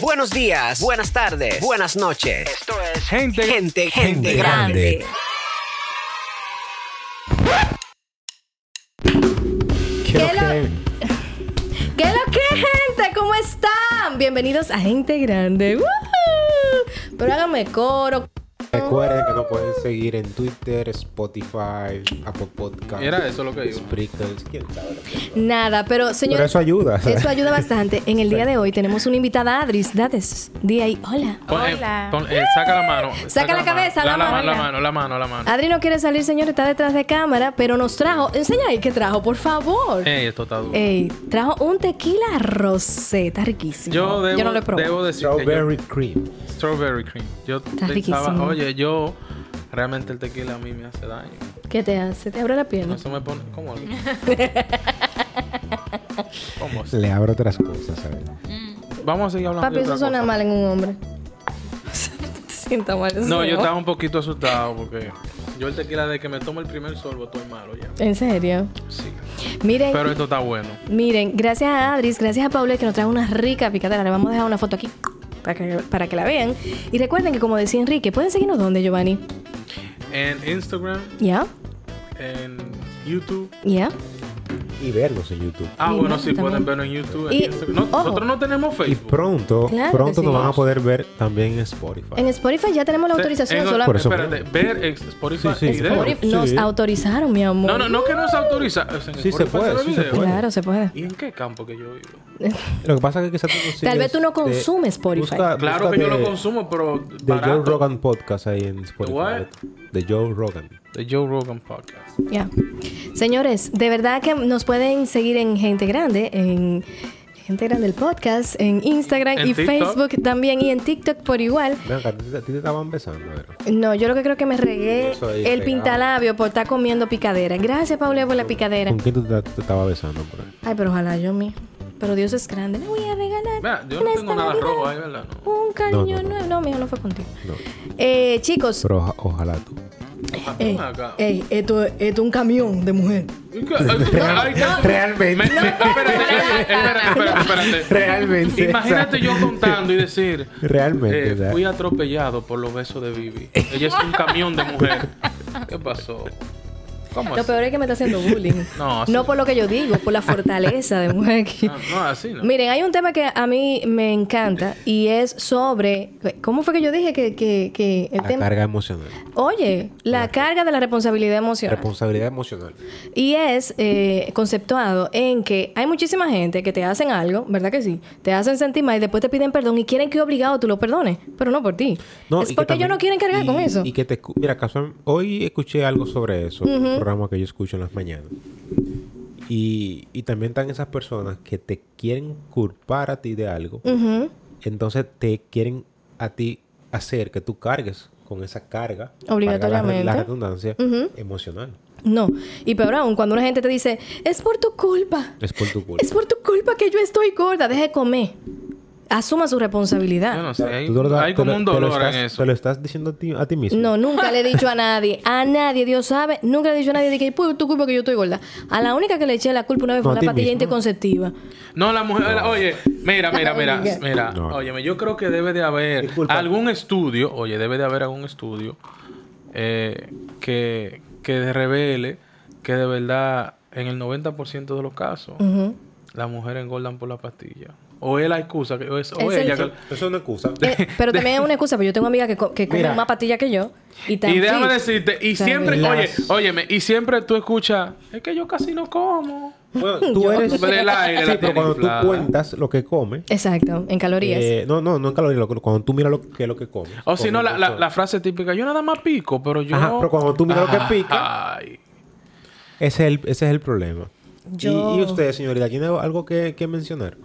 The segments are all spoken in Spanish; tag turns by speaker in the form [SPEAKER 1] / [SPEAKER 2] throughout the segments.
[SPEAKER 1] Buenos días, buenas tardes, buenas noches. Esto es
[SPEAKER 2] Gente-
[SPEAKER 1] gente, gente,
[SPEAKER 2] Gente
[SPEAKER 1] grande.
[SPEAKER 2] grande.
[SPEAKER 3] ¿Qué lo que? ¿Qué lo que, gente? ¿Cómo están? Bienvenidos a Gente Grande. ¡Woohoo! Pero háganme coro.
[SPEAKER 4] Recuerden que nos pueden seguir en Twitter, Spotify, Apple Podcast.
[SPEAKER 2] Era eso lo que digo.
[SPEAKER 4] Spreaker, quién sabe lo que es.
[SPEAKER 3] Nada, pero señor.
[SPEAKER 4] Pero eso ayuda.
[SPEAKER 3] eso ayuda bastante. En el día de hoy tenemos una invitada, Adris. Dades. Di ahí, hola.
[SPEAKER 2] Pon- eh, pon- eh, saca la mano. Saca,
[SPEAKER 3] la cabeza, la
[SPEAKER 2] mano.
[SPEAKER 3] mano.
[SPEAKER 2] la mano, la mano, la mano.
[SPEAKER 3] Adri no quiere salir, señor, está detrás de cámara, pero nos trajo. Enseña ahí qué trajo, por favor.
[SPEAKER 2] Ey, esto está duro.
[SPEAKER 3] Ey, trajo un tequila rosé, está riquísimo.
[SPEAKER 2] yo debo,
[SPEAKER 3] no lo he probado.
[SPEAKER 2] debo decir
[SPEAKER 4] Strawberry Cream.
[SPEAKER 2] que yo- strawberry cream. Yo pensaba,
[SPEAKER 3] riquísimo.
[SPEAKER 2] oye, yo realmente el tequila a mí me hace daño.
[SPEAKER 3] ¿Qué te hace? ¿Te abre la pierna?
[SPEAKER 2] Eso me pone como algo. ¿Cómo? así?
[SPEAKER 4] Le abro otras cosas, ¿sabes?
[SPEAKER 2] Vamos a seguir hablando.
[SPEAKER 3] Papi,
[SPEAKER 2] de
[SPEAKER 3] eso
[SPEAKER 2] otra
[SPEAKER 3] suena
[SPEAKER 2] cosa.
[SPEAKER 3] mal en un hombre. Te sienta mal. eso
[SPEAKER 2] No, yo
[SPEAKER 3] suena
[SPEAKER 2] estaba
[SPEAKER 3] mal.
[SPEAKER 2] un poquito asustado porque yo el tequila de que me tomo el primer sorbo estoy malo ya.
[SPEAKER 3] En serio.
[SPEAKER 2] Sí.
[SPEAKER 3] Miren,
[SPEAKER 2] Pero esto está bueno.
[SPEAKER 3] miren, gracias a Adris, gracias a Paula que nos trae una rica picadera. Le vamos a dejar una foto aquí para que, para que la vean. Y recuerden que, como decía Enrique, pueden seguirnos donde, Giovanni.
[SPEAKER 2] En Instagram,
[SPEAKER 3] ¿Ya?
[SPEAKER 2] en YouTube.
[SPEAKER 3] ¿Ya?
[SPEAKER 4] Y vernos en YouTube.
[SPEAKER 2] Ah,
[SPEAKER 3] Y
[SPEAKER 2] bueno,
[SPEAKER 3] no,
[SPEAKER 2] sí,
[SPEAKER 3] también.
[SPEAKER 2] pueden vernos en YouTube. en
[SPEAKER 3] Y-
[SPEAKER 2] Instagram. No,
[SPEAKER 3] ojo.
[SPEAKER 2] nosotros no tenemos
[SPEAKER 4] Y
[SPEAKER 2] Facebook.
[SPEAKER 4] pronto,
[SPEAKER 3] Claro que
[SPEAKER 4] pronto
[SPEAKER 3] sí.
[SPEAKER 4] nos van a poder ver también en Spotify.
[SPEAKER 3] En Spotify ya tenemos la
[SPEAKER 2] Se-
[SPEAKER 3] autorización
[SPEAKER 2] en-
[SPEAKER 3] solamente.
[SPEAKER 4] Por eso
[SPEAKER 2] Espérate, ver ex- Spotify
[SPEAKER 4] Sí, sí,
[SPEAKER 2] y video.
[SPEAKER 3] Spotify-
[SPEAKER 4] Sí.
[SPEAKER 3] Nos autorizaron, mi amor.
[SPEAKER 2] No, no, no que nos autoriza. o sea, en
[SPEAKER 4] Sí, se
[SPEAKER 2] Spotify
[SPEAKER 4] puede,
[SPEAKER 2] ve
[SPEAKER 4] sí se
[SPEAKER 2] video.
[SPEAKER 4] puede. Ah,
[SPEAKER 3] Claro, se puede.
[SPEAKER 2] ¿Y en qué campo que yo vivo?
[SPEAKER 4] Lo que pasa es que quizás tú no
[SPEAKER 3] Tal vez
[SPEAKER 4] sigues
[SPEAKER 3] tú no
[SPEAKER 4] de-
[SPEAKER 3] consumes Spotify.
[SPEAKER 4] busca-
[SPEAKER 2] Claro
[SPEAKER 4] busca
[SPEAKER 2] que yo
[SPEAKER 4] pues de-
[SPEAKER 2] lo consumo, pero
[SPEAKER 4] De Joe
[SPEAKER 2] barato.
[SPEAKER 4] Rogan Podcast ahí en Spotify.
[SPEAKER 2] what?
[SPEAKER 4] De Joe Rogan.
[SPEAKER 2] The Joe Rogan Podcast.
[SPEAKER 3] Ya. Señores, de verdad que nos pueden seguir en Gente Grande, en Gente Grande el podcast, en Instagram
[SPEAKER 2] En
[SPEAKER 3] y
[SPEAKER 2] TikTok.
[SPEAKER 3] Facebook también y en TikTok por igual.
[SPEAKER 4] Ven acá, a ti te- a ti te estaban besando, ¿verdad?
[SPEAKER 3] No, yo lo que creo que me regué
[SPEAKER 4] Mm, Eso ahí,
[SPEAKER 3] el
[SPEAKER 4] pegado.
[SPEAKER 3] pintalabio por estar comiendo picadera. Gracias, Paula, por la picadera.
[SPEAKER 4] ¿Con quién tú te, te estabas besando por ahí?
[SPEAKER 3] Ay, pero ojalá yo mi. Pero Dios es grande. Le voy a regalar.
[SPEAKER 2] Mira, yo no
[SPEAKER 3] en
[SPEAKER 2] tengo
[SPEAKER 3] esta
[SPEAKER 2] nada
[SPEAKER 3] Navidad
[SPEAKER 2] rojo eh. ahí, ¿verdad? No.
[SPEAKER 3] Un
[SPEAKER 4] No,
[SPEAKER 3] cariño
[SPEAKER 4] no, no.
[SPEAKER 3] nuevo. No, mijo, no fue contigo.
[SPEAKER 4] No.
[SPEAKER 3] Eh, chicos.
[SPEAKER 4] Pero oja- ojalá tú.
[SPEAKER 2] Ah, ven
[SPEAKER 3] Ey,
[SPEAKER 2] acá.
[SPEAKER 3] ey, esto, esto es un camión de mujer.
[SPEAKER 2] ¿Y qué? Ay, ay, ay,
[SPEAKER 4] Realmente.
[SPEAKER 2] me- me- Espérate, espérate, espérate, espérate.
[SPEAKER 4] Realmente.
[SPEAKER 2] Imagínate yo contando y decir,
[SPEAKER 4] Realmente.
[SPEAKER 2] eh,
[SPEAKER 4] ¿verdad?
[SPEAKER 2] fui atropellado por los besos de Bibi. Ella es un camión de mujer. ¿Qué pasó? ¿Cómo
[SPEAKER 3] Lo
[SPEAKER 2] así?
[SPEAKER 3] peor es que me está haciendo bullying.
[SPEAKER 2] No, así
[SPEAKER 3] no
[SPEAKER 2] no.
[SPEAKER 3] por lo que yo digo, por la fortaleza de mujer que-
[SPEAKER 2] Ah, no, así no.
[SPEAKER 3] Miren, hay un tema que a mí me encanta y es sobre. ¿Cómo fue que yo dije que, que- que el
[SPEAKER 4] la
[SPEAKER 3] tema.
[SPEAKER 4] carga emocional.
[SPEAKER 3] Oye, la carga de la responsabilidad emocional.
[SPEAKER 4] Responsabilidad emocional.
[SPEAKER 3] Y es eh, conceptuado en que hay muchísima gente que te hacen algo, ¿verdad que sí? Te hacen sentir mal y después te piden perdón y quieren que obligado tú lo perdones, pero no por ti.
[SPEAKER 4] No,
[SPEAKER 3] es
[SPEAKER 4] y que
[SPEAKER 3] porque
[SPEAKER 4] también-
[SPEAKER 3] ellos no quieren cargar
[SPEAKER 4] y-
[SPEAKER 3] con eso.
[SPEAKER 4] Y que te escu- Mira, casual- hoy escuché algo sobre eso, un programa que yo escucho en las mañanas. Y, y también están esas personas que te quieren culpar a ti de algo.
[SPEAKER 3] Ujú.
[SPEAKER 4] Entonces te quieren a ti hacer que tú cargues con esa carga. valga la re-
[SPEAKER 3] Obligatoriamente.
[SPEAKER 4] La, redundancia emocional.
[SPEAKER 3] No. Y peor aún, cuando una gente te dice, es por tu culpa.
[SPEAKER 4] Es por tu culpa.
[SPEAKER 3] Es por tu culpa que yo estoy gorda, deje de comer. Asuma su
[SPEAKER 2] Yo
[SPEAKER 3] responsabilidad.
[SPEAKER 2] no sé, hay,
[SPEAKER 4] Tú te lo-
[SPEAKER 2] hay
[SPEAKER 4] te lo-
[SPEAKER 2] como un
[SPEAKER 4] te lo
[SPEAKER 2] dolor en
[SPEAKER 4] estás-
[SPEAKER 2] eso.
[SPEAKER 4] Te lo estás diciendo a ti, a ti mismo.
[SPEAKER 3] No, nunca le he dicho a nadie, a nadie, Dios sabe, nunca le he dicho a nadie de que es por tu culpa que yo estoy gorda. A la única que le eché la culpa una vez
[SPEAKER 4] No,
[SPEAKER 3] fue
[SPEAKER 4] a
[SPEAKER 3] la
[SPEAKER 4] ti
[SPEAKER 3] pastilla
[SPEAKER 4] mismo.
[SPEAKER 3] anticonceptiva.
[SPEAKER 2] No, la mujer, la- oye, mira, mira, mira,
[SPEAKER 3] Oiga.
[SPEAKER 2] mira,
[SPEAKER 4] No, no.
[SPEAKER 2] óyeme, yo creo que debe de haber
[SPEAKER 4] Disculpa.
[SPEAKER 2] algún estudio, oye, debe de haber algún estudio eh, que, que revele que de verdad en el 90% de los casos
[SPEAKER 3] Ujú.
[SPEAKER 2] las mujeres engordan por la pastilla. O es la excusa, que, o, es, o
[SPEAKER 3] Es el
[SPEAKER 2] ella
[SPEAKER 3] que-
[SPEAKER 2] que-
[SPEAKER 4] Eso es una excusa.
[SPEAKER 3] Eh, pero también es una excusa, porque yo tengo amigas que, co- que comen
[SPEAKER 4] Mira.
[SPEAKER 3] más pastillas que yo. Y, tan
[SPEAKER 2] Y déjame
[SPEAKER 3] fit.
[SPEAKER 2] decirte, y
[SPEAKER 3] Tan
[SPEAKER 2] siempre,
[SPEAKER 3] fit.
[SPEAKER 2] oye, óyeme, y siempre tú escuchas, es que yo casi no como.
[SPEAKER 4] Bueno, tú eres...
[SPEAKER 2] Pero el aire la
[SPEAKER 4] Sí, pero
[SPEAKER 2] tiene
[SPEAKER 4] cuando tú
[SPEAKER 2] inflada.
[SPEAKER 4] cuentas lo que comes...
[SPEAKER 3] Exacto, en calorías.
[SPEAKER 4] eh, no, no, no en calorías. lo- Cuando tú miras lo que es lo que comes.
[SPEAKER 2] O si no,
[SPEAKER 4] comes
[SPEAKER 2] la, la-
[SPEAKER 4] mucho.
[SPEAKER 2] la frase típica, yo nada más pico, pero yo...
[SPEAKER 4] Ajá, pero cuando tú miras lo que pica,
[SPEAKER 2] Ay.
[SPEAKER 4] ese es el, ese es el problema.
[SPEAKER 3] Yo-
[SPEAKER 4] Y, y usted, señorita, ¿tiene algo que, que mencionar?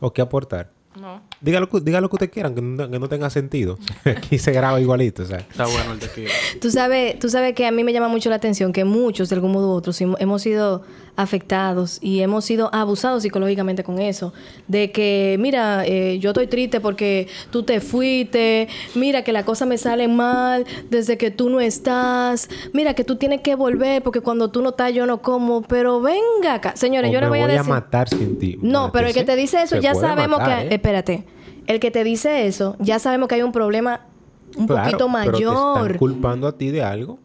[SPEAKER 4] ¿O que aportar? No. Diga lo que, diga lo que usted quieran, que no, que no tenga sentido. Aquí se graba igualito, o sea.
[SPEAKER 2] Está bueno el tequila.
[SPEAKER 3] Tú sabes, tú sabes que a mí me llama mucho la atención que muchos, de algún modo u otro, sí hemos sido afectados y hemos sido abusados psicológicamente con eso. De que, mira, eh, yo estoy triste porque tú te fuiste, mira que la cosa me sale mal desde que tú no estás, mira que tú tienes que volver porque cuando tú no estás yo no como, pero venga acá. Señores,
[SPEAKER 4] O
[SPEAKER 3] yo le
[SPEAKER 4] me
[SPEAKER 3] voy a
[SPEAKER 4] voy
[SPEAKER 3] decir...
[SPEAKER 4] matar sin ti.
[SPEAKER 3] No,
[SPEAKER 4] Mate,
[SPEAKER 3] pero el que
[SPEAKER 4] sí.
[SPEAKER 3] te dice eso
[SPEAKER 4] Se
[SPEAKER 3] ya
[SPEAKER 4] puede
[SPEAKER 3] sabemos
[SPEAKER 4] matar,
[SPEAKER 3] que...
[SPEAKER 4] ¿eh?
[SPEAKER 3] Espérate. el que te dice eso, ya sabemos que hay un problema un
[SPEAKER 4] Claro,
[SPEAKER 3] poquito
[SPEAKER 4] pero te están
[SPEAKER 3] mayor.
[SPEAKER 4] culpando a ti de algo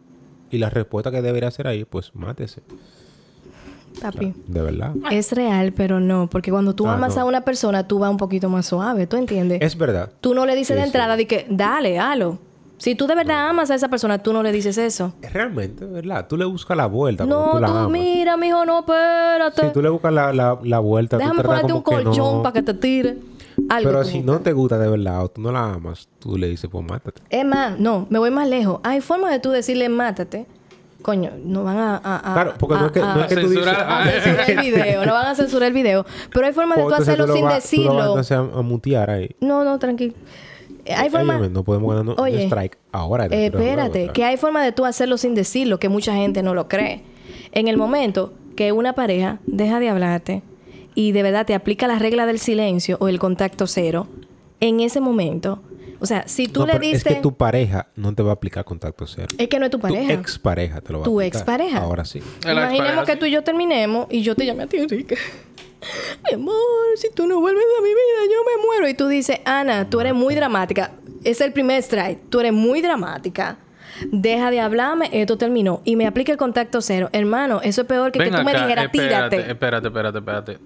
[SPEAKER 4] y la respuesta que debería hacer ahí, pues mátese. O sea,
[SPEAKER 3] Papi.
[SPEAKER 4] de verdad.
[SPEAKER 3] Es real, pero no, porque cuando tú
[SPEAKER 4] Ah,
[SPEAKER 3] amas
[SPEAKER 4] no.
[SPEAKER 3] a una persona, tú vas un poquito más suave, ¿tú entiendes?
[SPEAKER 4] Es verdad.
[SPEAKER 3] Tú no le dices
[SPEAKER 4] Sí,
[SPEAKER 3] de
[SPEAKER 4] sí.
[SPEAKER 3] entrada de que, dale, halo. Si tú de verdad amas a esa persona, tú no le dices eso.
[SPEAKER 4] Realmente, es ¿verdad? Tú le buscas la vuelta.
[SPEAKER 3] No,
[SPEAKER 4] cuando
[SPEAKER 3] tú,
[SPEAKER 4] tú, la amas.
[SPEAKER 3] mira, mijo, no, espérate.
[SPEAKER 4] Si tú le buscas la, la, la vuelta,
[SPEAKER 3] Déjame
[SPEAKER 4] tú tratas
[SPEAKER 3] ponerte
[SPEAKER 4] como
[SPEAKER 3] un colchón
[SPEAKER 4] que no.
[SPEAKER 3] para que te tire. Algo
[SPEAKER 4] Pero
[SPEAKER 3] tú
[SPEAKER 4] si
[SPEAKER 3] buscas.
[SPEAKER 4] no te gusta de verdad o tú no la amas, tú le dices, pues mátate.
[SPEAKER 3] Es más, no, me voy más lejos. Hay formas de tú decirle, mátate. Coño, no van a... a- a-
[SPEAKER 4] Claro, porque no es que,
[SPEAKER 3] a-
[SPEAKER 4] no es que tú dices... ah,
[SPEAKER 2] Censurar
[SPEAKER 3] a censurar ah. el video, no van a censurar el video. Pero hay formas de tú
[SPEAKER 4] Pues, entonces
[SPEAKER 3] hacerlo
[SPEAKER 4] lo
[SPEAKER 3] sin
[SPEAKER 4] vas- tú lo vas
[SPEAKER 3] decirlo.
[SPEAKER 4] entonces a, a mutear ahí.
[SPEAKER 3] No, no, tranquilo. Eh, Hay formas...
[SPEAKER 4] Óyeme, no podemos ganar un-
[SPEAKER 3] Oye,
[SPEAKER 4] un strike ahora.
[SPEAKER 3] Eh,
[SPEAKER 4] pero luego,
[SPEAKER 3] espérate,
[SPEAKER 4] ¿sabes?
[SPEAKER 3] que hay forma de tú hacerlo sin decirlo, que mucha gente no lo cree. En el momento que una pareja deja de hablarte y de verdad te aplica la regla del silencio o el contacto cero, en ese momento, o sea, si tú
[SPEAKER 4] No,
[SPEAKER 3] le
[SPEAKER 4] pero
[SPEAKER 3] diste...
[SPEAKER 4] Es que tu pareja no te va a aplicar contacto cero.
[SPEAKER 3] no es tu pareja.
[SPEAKER 4] Tu ex pareja te lo va
[SPEAKER 3] Tu
[SPEAKER 4] a aplicar.
[SPEAKER 3] expareja.
[SPEAKER 4] Ahora sí.
[SPEAKER 2] El
[SPEAKER 3] Imaginemos
[SPEAKER 2] expareja,
[SPEAKER 3] que
[SPEAKER 2] sí.
[SPEAKER 3] tú y yo terminemos y yo te llame a ti, Enrique. Mi amor, si tú no vuelves a mi vida, yo me muero. Y tú dices, Ana, tú eres muy dramática. Es el primer strike. Tú eres muy dramática. Deja de hablarme, esto terminó. Y me aplica el contacto cero. Hermano, eso es peor que, que
[SPEAKER 2] Ven
[SPEAKER 3] tú me
[SPEAKER 2] acá,
[SPEAKER 3] dijeras,
[SPEAKER 2] espérate, eh,
[SPEAKER 3] tírate.
[SPEAKER 2] Espérate, espérate, espérate.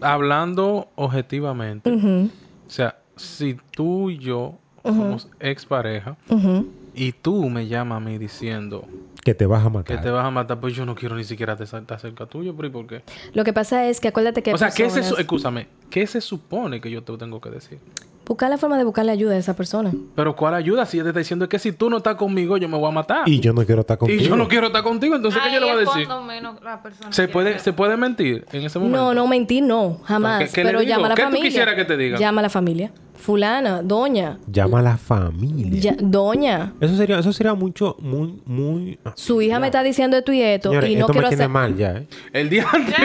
[SPEAKER 2] Hablando objetivamente,
[SPEAKER 3] Ujú,
[SPEAKER 2] o sea, si tú y yo somos expareja
[SPEAKER 3] ujú.
[SPEAKER 2] y tú me llamas a mí diciendo
[SPEAKER 4] Que te vas a matar.
[SPEAKER 2] que te vas a matar, pues yo no quiero ni siquiera te- estar cerca tuyo, pero ¿y por qué?
[SPEAKER 3] Lo que pasa es que acuérdate que. hay
[SPEAKER 2] O sea, ¿qué se, su-
[SPEAKER 3] personas-
[SPEAKER 2] escúchame, ¿qué se supone que yo te tengo que decir?
[SPEAKER 3] Buscar la forma de buscarle ayuda a esa persona.
[SPEAKER 2] Pero ¿cuál ayuda si ella te está diciendo que si tú no estás conmigo yo me voy a matar?
[SPEAKER 4] Y yo no quiero estar
[SPEAKER 2] Y
[SPEAKER 4] contigo.
[SPEAKER 2] yo no quiero estar contigo, entonces ¿qué yo le voy a
[SPEAKER 5] Ahí es
[SPEAKER 2] decir?
[SPEAKER 5] cuando menos la persona
[SPEAKER 2] ¿Se
[SPEAKER 5] ya
[SPEAKER 2] puede,
[SPEAKER 5] cree.
[SPEAKER 2] ¿Se puede mentir en ese momento?
[SPEAKER 3] No, no mentir, no, jamás.
[SPEAKER 2] ¿qué- qué le
[SPEAKER 3] Pero
[SPEAKER 2] digo?
[SPEAKER 3] llama a la
[SPEAKER 2] ¿Qué tú
[SPEAKER 3] familia.
[SPEAKER 2] quisieras que te diga?
[SPEAKER 3] Llama a la familia. Fulana, doña,
[SPEAKER 4] Llama a la familia.
[SPEAKER 3] ya- doña.
[SPEAKER 4] Eso sería, eso sería mucho, muy, muy. ah,
[SPEAKER 3] Su hija me está diciendo esto y esto
[SPEAKER 4] Señores,
[SPEAKER 3] y no
[SPEAKER 4] esto me
[SPEAKER 3] quiero
[SPEAKER 4] tiene
[SPEAKER 3] hacer.
[SPEAKER 4] mal ya, ¿eh?
[SPEAKER 2] El día antes.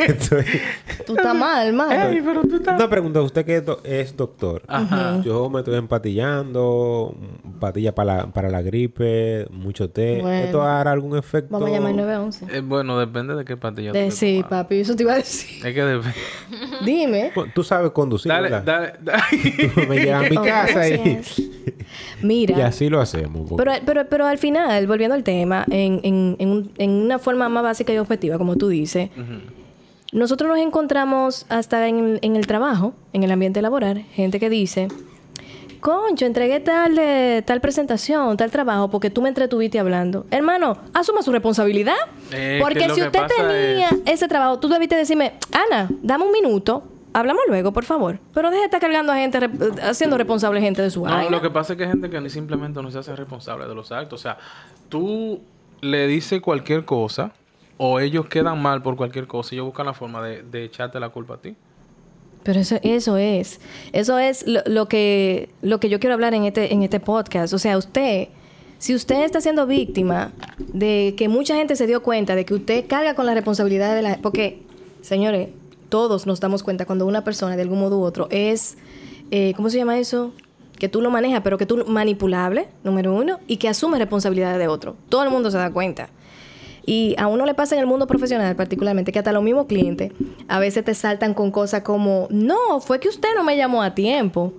[SPEAKER 4] Esto es-
[SPEAKER 3] Tú estás mal, mal.
[SPEAKER 2] Ey, pero tú estás-
[SPEAKER 4] Una pregunta, usted que es, do- es doctor.
[SPEAKER 2] Ajá.
[SPEAKER 4] Yo me estoy empatillando, mm, patilla para la, para la gripe, mucho té.
[SPEAKER 3] Bueno.
[SPEAKER 4] ¿Esto hará algún efecto?
[SPEAKER 3] Vamos a llamar al 911.
[SPEAKER 2] Eh, bueno, depende de qué pastilla
[SPEAKER 3] De-
[SPEAKER 2] tú te
[SPEAKER 3] sí,
[SPEAKER 2] tomas.
[SPEAKER 3] papi, eso te iba a decir.
[SPEAKER 2] Es que depende.
[SPEAKER 3] Dime.
[SPEAKER 4] Bueno, Tú sabes conducir,
[SPEAKER 2] dale,
[SPEAKER 4] ¿verdad?
[SPEAKER 2] dale, dale.
[SPEAKER 4] Tú me llevas a mi
[SPEAKER 3] Oh,
[SPEAKER 4] casa y,
[SPEAKER 3] gracias.
[SPEAKER 4] y
[SPEAKER 3] Mira.
[SPEAKER 4] así lo hacemos. porque-
[SPEAKER 3] Pero, pero, pero al final, volviendo al tema, en, en, en, un- en una forma más básica y objetiva, como tú dices, nosotros nos encontramos hasta en, el- en el trabajo, en el ambiente laboral, gente que dice, concho, entregué tal, eh, tal presentación, tal trabajo, porque tú me entretuviste hablando. Hermano, asuma su responsabilidad.
[SPEAKER 2] Eh, que
[SPEAKER 3] porque
[SPEAKER 2] lo
[SPEAKER 3] si
[SPEAKER 2] que
[SPEAKER 3] usted
[SPEAKER 2] pasa
[SPEAKER 3] tenía
[SPEAKER 2] es-
[SPEAKER 3] ese trabajo, tú debiste decirme, Ana, dame un minuto. Hablamos luego, por favor. Pero deja de estar cargando a gente, rep- haciendo responsable gente de su
[SPEAKER 2] No,
[SPEAKER 3] vaina.
[SPEAKER 2] lo que pasa es que hay gente que ni simplemente no se hace responsable de los actos. O sea, tú le dices cualquier cosa o ellos quedan mal por cualquier cosa y ellos buscan la forma de, de echarte la culpa a ti.
[SPEAKER 3] Pero eso, eso es. Eso es lo, lo que, lo que yo quiero hablar en este, en este podcast. O sea, usted, si usted está siendo víctima de que mucha gente se dio cuenta de que usted carga con la responsabilidad de la. Porque, señores, todos nos damos cuenta cuando una persona de algún modo u otro es. eh, ¿Cómo se llama eso? Que tú lo manejas, pero que tú manipulable, número uno, y que asume responsabilidades de otro. Todo el mundo se da cuenta. Y a uno le pasa en el mundo profesional particularmente que hasta los mismos clientes a veces te saltan con cosas como, no, fue que usted no me llamó a tiempo.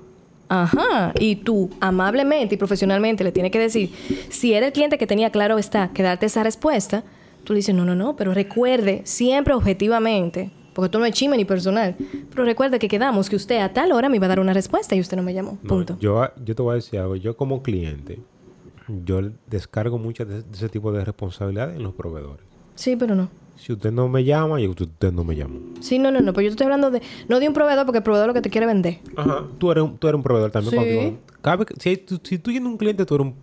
[SPEAKER 3] Ajá, y tú amablemente y profesionalmente le tienes que decir, si era el cliente que tenía claro está que darte esa respuesta, tú le dices, no, no, no, pero recuerde siempre objetivamente, porque tú no es chisme ni personal, pero recuerde que quedamos que usted a tal hora me iba a dar una respuesta y usted no me llamó.
[SPEAKER 4] No,
[SPEAKER 3] Punto.
[SPEAKER 4] yo, yo te voy a decir algo. Yo como cliente, yo descargo muchas de, de ese tipo de responsabilidades en los proveedores.
[SPEAKER 3] Sí, pero no.
[SPEAKER 4] Si usted no me llama, yo usted no me llama.
[SPEAKER 3] Sí, no, no, no, pero yo te estoy hablando de, no de un proveedor porque el proveedor lo que te quiere vender.
[SPEAKER 4] Ajá. Tú eres un, tú eres un proveedor también.
[SPEAKER 3] Sí.
[SPEAKER 4] cuando digo- cabe que- si, hay- tú- si tú tienes un cliente, tú eres un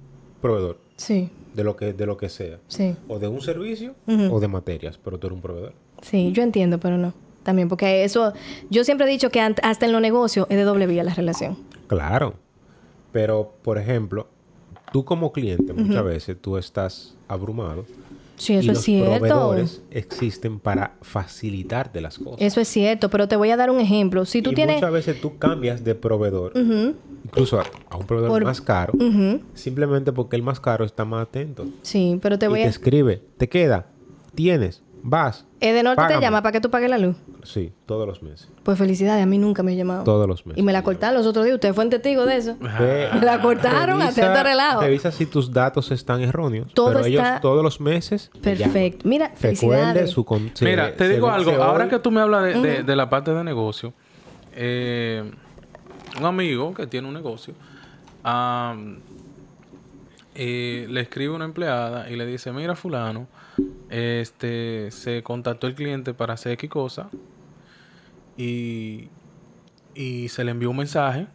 [SPEAKER 4] proveedor
[SPEAKER 3] Sí,
[SPEAKER 4] de lo que, de lo que sea.
[SPEAKER 3] sí.
[SPEAKER 4] O de un servicio
[SPEAKER 3] Ujú.
[SPEAKER 4] o de materias, pero tú eres un proveedor.
[SPEAKER 3] Sí, yo entiendo, pero no. También, porque eso, yo siempre he dicho que an- hasta en los negocios es de doble vía la relación.
[SPEAKER 4] Claro. Pero, por ejemplo, tú como cliente muchas veces tú estás abrumado.
[SPEAKER 3] Sí, eso
[SPEAKER 4] y
[SPEAKER 3] es
[SPEAKER 4] los
[SPEAKER 3] cierto.
[SPEAKER 4] proveedores existen para facilitarte las cosas.
[SPEAKER 3] Eso es cierto, pero te voy a dar un ejemplo. Si tú
[SPEAKER 4] y
[SPEAKER 3] tienes...
[SPEAKER 4] muchas veces tú cambias de proveedor,
[SPEAKER 3] Ujú,
[SPEAKER 4] incluso a, a un proveedor
[SPEAKER 3] Por- Mm.
[SPEAKER 4] más caro,
[SPEAKER 3] ujú.
[SPEAKER 4] simplemente porque el más caro está más atento.
[SPEAKER 3] Sí, pero te
[SPEAKER 4] y
[SPEAKER 3] voy
[SPEAKER 4] te
[SPEAKER 3] a... Eh.
[SPEAKER 4] escribe, te queda, tienes, Vas.
[SPEAKER 3] Edenorte te
[SPEAKER 4] págame.
[SPEAKER 3] llama para que tú pagues la luz.
[SPEAKER 4] Sí, todos los meses.
[SPEAKER 3] Pues felicidades, a mí nunca me ha llamado.
[SPEAKER 4] Todos los meses.
[SPEAKER 3] Y me la cortaron los otros días. Ustedes fueron testigos de eso.
[SPEAKER 2] Ah.
[SPEAKER 4] Ve-
[SPEAKER 3] Me la cortaron, hasta este relajo.
[SPEAKER 4] Revisa si tus datos están erróneos.
[SPEAKER 3] Todo
[SPEAKER 4] pero
[SPEAKER 3] está-
[SPEAKER 4] ellos todos los meses. te llaman.
[SPEAKER 3] Perfecto. Mira,
[SPEAKER 4] Recuerde
[SPEAKER 3] felicidades.
[SPEAKER 4] su con- se-
[SPEAKER 2] Mira, te
[SPEAKER 4] se
[SPEAKER 2] digo
[SPEAKER 4] vence
[SPEAKER 2] algo.
[SPEAKER 4] hoy.
[SPEAKER 2] Ahora que tú me hablas de, de- de la parte de negocio, eh, un amigo que tiene un negocio am, eh, le escribe una empleada y le dice: Mira, Fulano, este se contactó el cliente para hacer X cosa y, y se le envió un mensaje.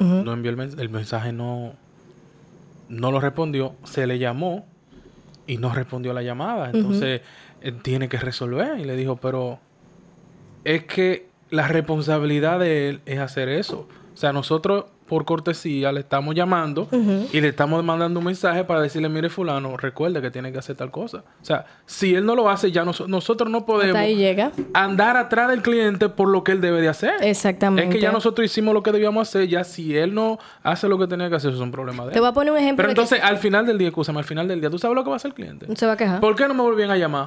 [SPEAKER 3] Ujú.
[SPEAKER 2] No envió el, mens- el mensaje, no, no lo respondió. Se le llamó y no respondió la llamada. Entonces, eh, tiene que resolver. Y le dijo, pero es que la responsabilidad de él es hacer eso. O sea, nosotros por cortesía le estamos llamando y le estamos mandando un mensaje para decirle, mire fulano, recuerde que tiene que hacer tal cosa. O sea, si él no lo hace, ya noso- nosotros no podemos
[SPEAKER 3] Hasta ahí llega.
[SPEAKER 2] andar atrás del cliente por lo que él debe de hacer.
[SPEAKER 3] Exactamente.
[SPEAKER 2] Es que ya nosotros hicimos lo que debíamos hacer, ya si él no hace lo que tenía que hacer, eso es un problema de él.
[SPEAKER 3] Te voy a poner un ejemplo.
[SPEAKER 2] Pero
[SPEAKER 3] de que
[SPEAKER 2] entonces, al final del día, escúchame, al final del día, ¿tú sabes lo que va a hacer el cliente?
[SPEAKER 3] se va a quejar.
[SPEAKER 2] ¿Por qué no me volvían a llamar?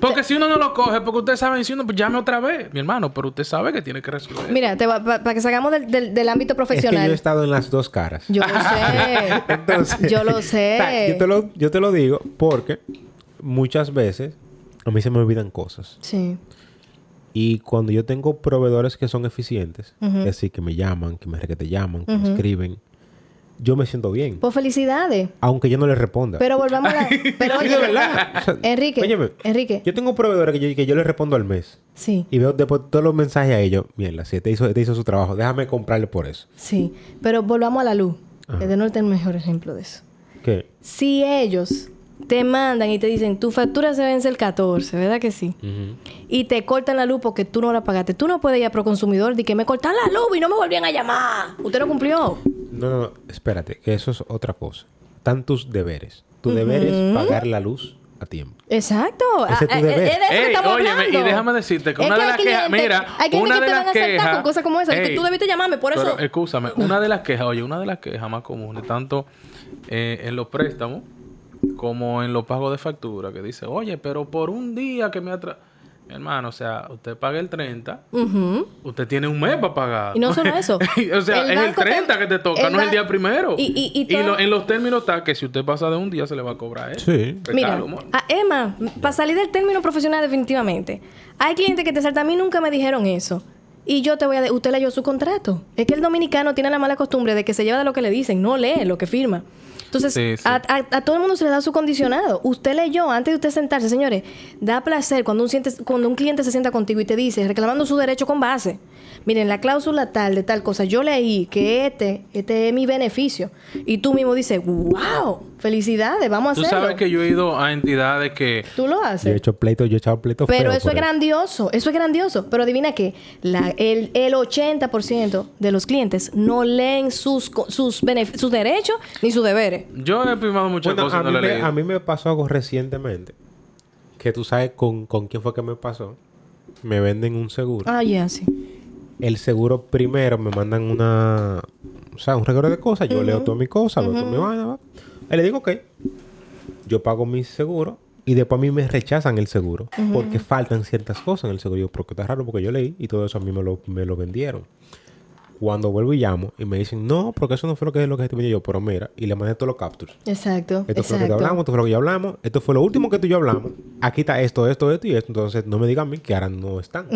[SPEAKER 2] Porque si uno no lo coge, porque ustedes saben, si uno, pues llame otra vez, mi hermano, pero usted sabe que tiene que resolver.
[SPEAKER 3] Mira, te va- pa- para que salgamos del, del- del ámbito
[SPEAKER 4] Es que yo
[SPEAKER 3] profesional.
[SPEAKER 4] he estado en las dos caras.
[SPEAKER 3] Yo lo sé.
[SPEAKER 4] Entonces,
[SPEAKER 3] yo lo
[SPEAKER 4] ta,
[SPEAKER 3] sé.
[SPEAKER 4] Yo te lo, yo te lo digo porque muchas veces a mí se me olvidan cosas.
[SPEAKER 3] Sí.
[SPEAKER 4] Y cuando yo tengo proveedores que son eficientes, es decir, que me llaman, que me, que te llaman, que me escriben, yo me siento bien.
[SPEAKER 3] Pues felicidades.
[SPEAKER 4] Aunque yo no les responda.
[SPEAKER 3] Pero volvamos a la... Pero
[SPEAKER 4] Sí,
[SPEAKER 3] oye,
[SPEAKER 4] de verdad. O sea,
[SPEAKER 3] Enrique,
[SPEAKER 4] óyeme,
[SPEAKER 3] Enrique.
[SPEAKER 4] Yo tengo proveedores que yo, que yo les respondo al mes.
[SPEAKER 3] Sí,
[SPEAKER 4] Y veo después todos los mensajes a ellos. Mierda, si te hizo, este hizo su trabajo, déjame comprarle por eso.
[SPEAKER 3] sí. Pero volvamos a la luz.
[SPEAKER 4] Ajá.
[SPEAKER 3] de Norte es el mejor ejemplo de eso.
[SPEAKER 4] ¿Qué?
[SPEAKER 3] Si ellos te mandan y te dicen, tu factura se vence el 14, ¿verdad que sí? Y te cortan la luz porque tú no la pagaste. Tú no puedes ir a Proconsumidor de que me cortan la luz y no me volvían a llamar. Usted no cumplió.
[SPEAKER 4] No, no, no, espérate, que eso es otra cosa. Están tus deberes. Tu deber es pagar la luz a tiempo.
[SPEAKER 3] Exacto.
[SPEAKER 4] Ese es tu
[SPEAKER 3] Ah, eh,
[SPEAKER 4] deber.
[SPEAKER 3] eh, de eso que
[SPEAKER 2] Ey,
[SPEAKER 3] estamos
[SPEAKER 2] óyeme,
[SPEAKER 3] hablando.
[SPEAKER 2] y déjame decirte que
[SPEAKER 3] Es
[SPEAKER 2] una de
[SPEAKER 3] hay
[SPEAKER 2] las quejas-
[SPEAKER 3] clientes-
[SPEAKER 2] mira,
[SPEAKER 3] hay clientes
[SPEAKER 2] una
[SPEAKER 3] que
[SPEAKER 2] de
[SPEAKER 3] te
[SPEAKER 2] las
[SPEAKER 3] van a aceptar
[SPEAKER 2] quejas-
[SPEAKER 3] con cosas como esa. y que
[SPEAKER 2] Ey,
[SPEAKER 3] tú debiste llamarme, por eso.
[SPEAKER 2] Pero escúchame, una de las quejas, oye, una de las quejas más comunes, tanto eh, en los préstamos como en los pagos de factura, que dice, oye, pero por un día que me atra... Hermano, o sea, usted paga el 30,
[SPEAKER 3] Ujú.
[SPEAKER 2] usted tiene un mes para pagar.
[SPEAKER 3] Y no solo eso.
[SPEAKER 2] o sea,
[SPEAKER 3] El
[SPEAKER 2] es el
[SPEAKER 3] banco te-
[SPEAKER 2] 30 que te toca,
[SPEAKER 3] el
[SPEAKER 2] no es el
[SPEAKER 3] ba-
[SPEAKER 2] día primero.
[SPEAKER 3] Y- y- y todo-
[SPEAKER 2] lo- en los términos está que si usted pasa de un día se le va a cobrar eso.
[SPEAKER 4] Sí.
[SPEAKER 3] Mira,
[SPEAKER 2] Regalo, Pues amor.
[SPEAKER 3] a Emma, para salir del término profesional definitivamente, hay clientes que te saltan, a mí nunca me dijeron eso. Y yo te voy a decir, usted leyó su contrato. Es que el dominicano tiene la mala costumbre de que se lleva de lo que le dicen, no lee lo que firma. Entonces,
[SPEAKER 2] Sí, sí.
[SPEAKER 3] A, a- a todo el mundo se le da su condicionado. Usted leyó, antes de usted sentarse, señores, da placer cuando un, sientes- cuando un cliente se sienta contigo y te dice, reclamando su derecho con base. Miren, la cláusula tal de tal cosa, yo leí que este, este es mi beneficio. Y tú mismo dices, wow, felicidades, vamos a
[SPEAKER 2] Tú
[SPEAKER 3] hacerlo.
[SPEAKER 2] sabes que yo he ido a entidades que...
[SPEAKER 3] Tú lo
[SPEAKER 4] Yo he
[SPEAKER 3] haces.
[SPEAKER 4] hecho pleito, yo he echado pleito
[SPEAKER 3] Pero
[SPEAKER 4] feo
[SPEAKER 3] eso
[SPEAKER 4] por
[SPEAKER 3] es grandioso, eso es grandioso. Pero adivina que el, el 80% de los clientes no leen sus, co- sus, benef- sus derechos ni sus deberes.
[SPEAKER 2] Yo he primado muchas
[SPEAKER 4] Bueno,
[SPEAKER 2] cosas en
[SPEAKER 4] a, mí
[SPEAKER 2] la
[SPEAKER 4] me,
[SPEAKER 2] ley.
[SPEAKER 4] a mí me pasó algo recientemente. Que tú sabes con, con quién fue que me pasó. Me venden un seguro.
[SPEAKER 3] Ah, ya, sí.
[SPEAKER 4] El seguro primero me mandan una... O sea, un regalo de cosas. Yo leo toda mi cosa, leo toda mi vaina. va. Y le digo, ok. Yo pago mi seguro. Y después a mí me rechazan el seguro. Porque faltan ciertas cosas en el seguro. Yo, porque está raro, porque yo leí. Y todo eso a mí me lo, me lo vendieron. Cuando vuelvo y llamo. Y me dicen, no, porque eso no fue lo que, lo que te vendí yo. Pero mira. Y le mandé todos los captures.
[SPEAKER 3] Exacto.
[SPEAKER 4] Esto fue lo que te
[SPEAKER 3] exacto.
[SPEAKER 4] hablamos, esto fue lo que ya hablamos, esto fue lo último que tú y yo hablamos. Aquí está esto, esto, esto y esto. Entonces no me digan a mí que ahora no están.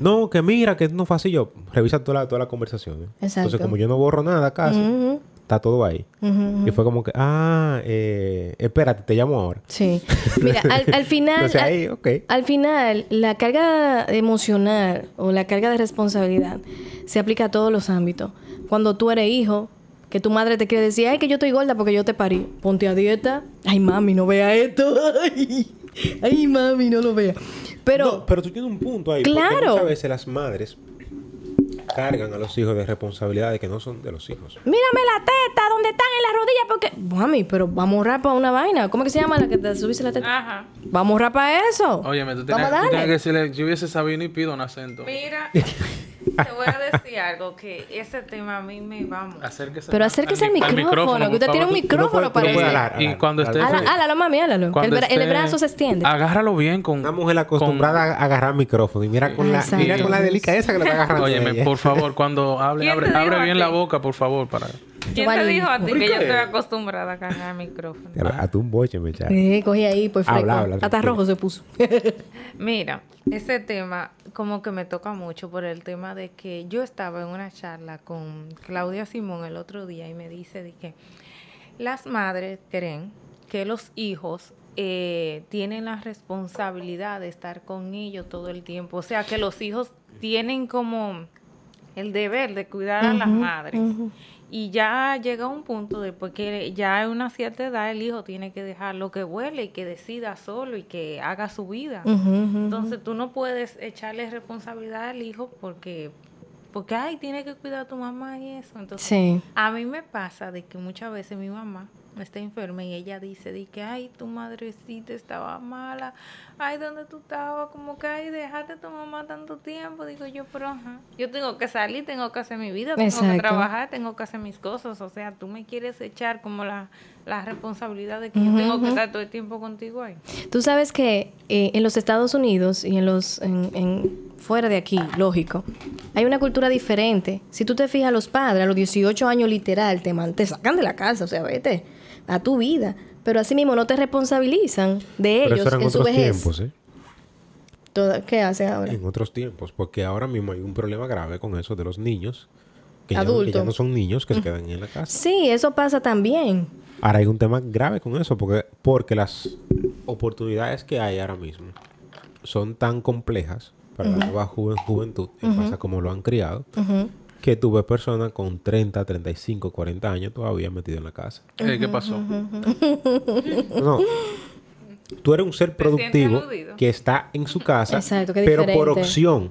[SPEAKER 4] No, que mira, que no fue así yo. Revisa toda la, toda la conversación. ¿eh?
[SPEAKER 3] Exacto.
[SPEAKER 4] Entonces, como yo no borro nada casi,
[SPEAKER 3] Ujú,
[SPEAKER 4] está todo ahí.
[SPEAKER 3] ujú.
[SPEAKER 4] Y fue como que, ah, eh, espérate, te llamo ahora.
[SPEAKER 3] Sí. Mira, al, al final.
[SPEAKER 4] Entonces
[SPEAKER 3] al-
[SPEAKER 4] ahí, ok.
[SPEAKER 3] Al final, la carga emocional o la carga de responsabilidad se aplica a todos los ámbitos. Cuando tú eres hijo, que tu madre te quiere decir, ay, que yo estoy gorda porque yo te parí. Ponte a dieta. Ay, mami, no vea esto. Ay, ay, mami, no lo vea. Pero,
[SPEAKER 4] No, pero tú tienes un punto ahí. porque
[SPEAKER 3] Claro.
[SPEAKER 4] Muchas veces las madres cargan a los hijos de responsabilidades que no son de los hijos.
[SPEAKER 3] mírame la teta, ¿dónde están en la rodilla? Porque, mami, pero vamos a ahorrar para una vaina. ¿Cómo que se llama la que te subiste la teta?
[SPEAKER 5] Ajá.
[SPEAKER 3] Vamos a ahorrar para eso.
[SPEAKER 2] Óyeme, tú
[SPEAKER 3] Vamos
[SPEAKER 2] tenías,
[SPEAKER 3] a
[SPEAKER 2] tú
[SPEAKER 3] darle.
[SPEAKER 2] tenías que decirle, yo hubiese sabido y pido un acento.
[SPEAKER 5] Mira, Te voy a decir algo, que ese tema a mí me va mucho.
[SPEAKER 4] Ah.
[SPEAKER 2] Acérquese
[SPEAKER 3] Pero acérquese al
[SPEAKER 2] mic-
[SPEAKER 3] micrófono, que
[SPEAKER 2] por
[SPEAKER 3] usted tiene
[SPEAKER 2] favor.
[SPEAKER 4] Tú no
[SPEAKER 3] un
[SPEAKER 4] puedes-
[SPEAKER 3] micrófono
[SPEAKER 4] tú no
[SPEAKER 3] para
[SPEAKER 4] puedes
[SPEAKER 2] Sí,
[SPEAKER 4] alar,
[SPEAKER 2] y
[SPEAKER 4] alar,
[SPEAKER 2] cuando
[SPEAKER 4] alar.
[SPEAKER 2] esté-
[SPEAKER 3] Ala- Álalo, mami, álalo. El,
[SPEAKER 2] Cuando
[SPEAKER 3] bra- el
[SPEAKER 2] esté-
[SPEAKER 3] brazo se extiende.
[SPEAKER 2] Agárralo bien con.
[SPEAKER 4] Una mujer acostumbrada
[SPEAKER 2] acostumbrada
[SPEAKER 4] a agarrar micrófono. Y mira con, la,
[SPEAKER 3] Exacto.
[SPEAKER 4] mira con la delicadeza que le está agarrando.
[SPEAKER 2] Óyeme,
[SPEAKER 4] ella.
[SPEAKER 2] por favor, cuando hable,
[SPEAKER 5] ¿Quién
[SPEAKER 2] abre,
[SPEAKER 5] te dijo
[SPEAKER 2] abre
[SPEAKER 5] a
[SPEAKER 2] bien
[SPEAKER 5] ti?
[SPEAKER 2] la boca, por favor, para. eh,
[SPEAKER 5] ¿Quién te
[SPEAKER 3] Giovanni.
[SPEAKER 5] dijo a ti
[SPEAKER 4] ¿Por
[SPEAKER 5] que yo
[SPEAKER 4] qué?
[SPEAKER 5] estoy acostumbrada a cargar el micrófono?
[SPEAKER 4] Te la- A tu boche, me echa.
[SPEAKER 3] Sí, cogí ahí, pues
[SPEAKER 4] Habla,
[SPEAKER 3] fresco.
[SPEAKER 4] habla,
[SPEAKER 3] Hasta
[SPEAKER 4] tranquila.
[SPEAKER 3] rojo se puso.
[SPEAKER 5] Mira, ese tema como que me toca mucho por el tema de que yo estaba en una charla con Claudia Simón el otro día y me dice de que las madres creen que los hijos eh, tienen la responsabilidad de estar con ellos todo el tiempo. O sea, que los hijos tienen como el deber de cuidar a las madres. Y ya llega un punto después que ya a una cierta edad el hijo tiene que dejar lo que huele y que decida solo y que haga su vida. Entonces tú no puedes echarle responsabilidad al hijo porque, porque ay, tiene que cuidar a tu mamá y eso. Entonces,
[SPEAKER 3] Sí.
[SPEAKER 5] a mí me pasa de que muchas veces mi mamá está enferma y ella dice de que ay tu madrecita estaba mala, ay dónde tú estabas, como que ay dejaste a tu mamá tanto tiempo, digo yo, pero ajá, yo tengo que salir, tengo que hacer mi vida, tengo que
[SPEAKER 3] Exacto.
[SPEAKER 5] trabajar, tengo que hacer mis cosas, o sea, tú me quieres echar como la, la responsabilidad de que yo tengo que estar todo el tiempo contigo ahí.
[SPEAKER 3] Tú sabes que eh, en los Estados Unidos y en los en- en- fuera de aquí, lógico, hay una cultura diferente. Si tú te fijas, los padres a los 18 años literal te, man- te sacan de la casa, o sea, vete a tu vida. Pero así mismo no te responsabilizan de
[SPEAKER 4] Pero
[SPEAKER 3] ellos
[SPEAKER 4] eso eran
[SPEAKER 3] en su
[SPEAKER 4] otros
[SPEAKER 3] vejez.
[SPEAKER 4] tiempos, ¿eh?
[SPEAKER 3] Toda- ¿Qué hacen ahora?
[SPEAKER 4] En otros tiempos. Porque ahora mismo hay un problema grave con eso de los niños. Que ya, no- que
[SPEAKER 3] Adulto.
[SPEAKER 4] ya no son niños que se quedan en la casa.
[SPEAKER 3] Sí, eso pasa también.
[SPEAKER 4] Ahora hay un tema grave con eso, porque, porque las oportunidades que hay ahora mismo son tan complejas para la nueva ju- juventud, en base a cómo lo han criado, que tú ves personas con 30, 35, 40 años todavía metidas en la casa.
[SPEAKER 2] Eh, ¿Qué pasó?
[SPEAKER 4] No. Tú eres un ser
[SPEAKER 5] siente
[SPEAKER 4] productivo
[SPEAKER 5] aludido.
[SPEAKER 4] que está en su casa,
[SPEAKER 3] Exacto, qué
[SPEAKER 4] pero por
[SPEAKER 3] diferente.
[SPEAKER 4] opción.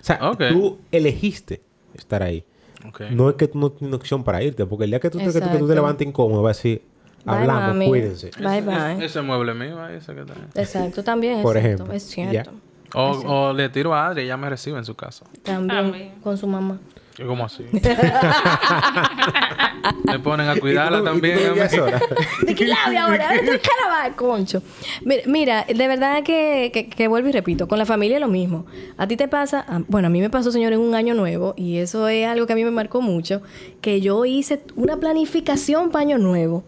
[SPEAKER 4] O sea,
[SPEAKER 2] Ok.
[SPEAKER 4] tú elegiste estar ahí.
[SPEAKER 2] Ok.
[SPEAKER 4] No es que tú no tienes opción para irte, porque el día que tú, te, que tú- que tú te
[SPEAKER 3] Exacto.
[SPEAKER 4] levantes incómodo, vas a decir,
[SPEAKER 3] Bye,
[SPEAKER 4] hablamos,
[SPEAKER 3] mami.
[SPEAKER 4] cuídense.
[SPEAKER 3] Bye,
[SPEAKER 2] Ese,
[SPEAKER 3] bye.
[SPEAKER 2] ese mueble mío, ahí, ese que está ahí.
[SPEAKER 3] Exacto, también.
[SPEAKER 4] Por
[SPEAKER 3] es cierto,
[SPEAKER 4] ejemplo.
[SPEAKER 3] Es
[SPEAKER 4] Ya.
[SPEAKER 3] cierto.
[SPEAKER 2] O, o le tiro a Adri y ella me recibe en su casa.
[SPEAKER 3] También
[SPEAKER 5] También.
[SPEAKER 3] con su mamá.
[SPEAKER 2] Yo como así. me ponen a cuidarla
[SPEAKER 4] Y tú- y tú
[SPEAKER 2] también. a mí.
[SPEAKER 4] vivías sola.
[SPEAKER 3] ¿De qué lado de ahora? ¿De qué cara va, concho? Mira, mira, de verdad que, que, que vuelvo y repito, con la familia lo mismo. A ti te pasa, a- bueno, a mí me pasó, señores, un año nuevo, y eso es algo que a mí me marcó mucho, que yo hice una planificación para año nuevo.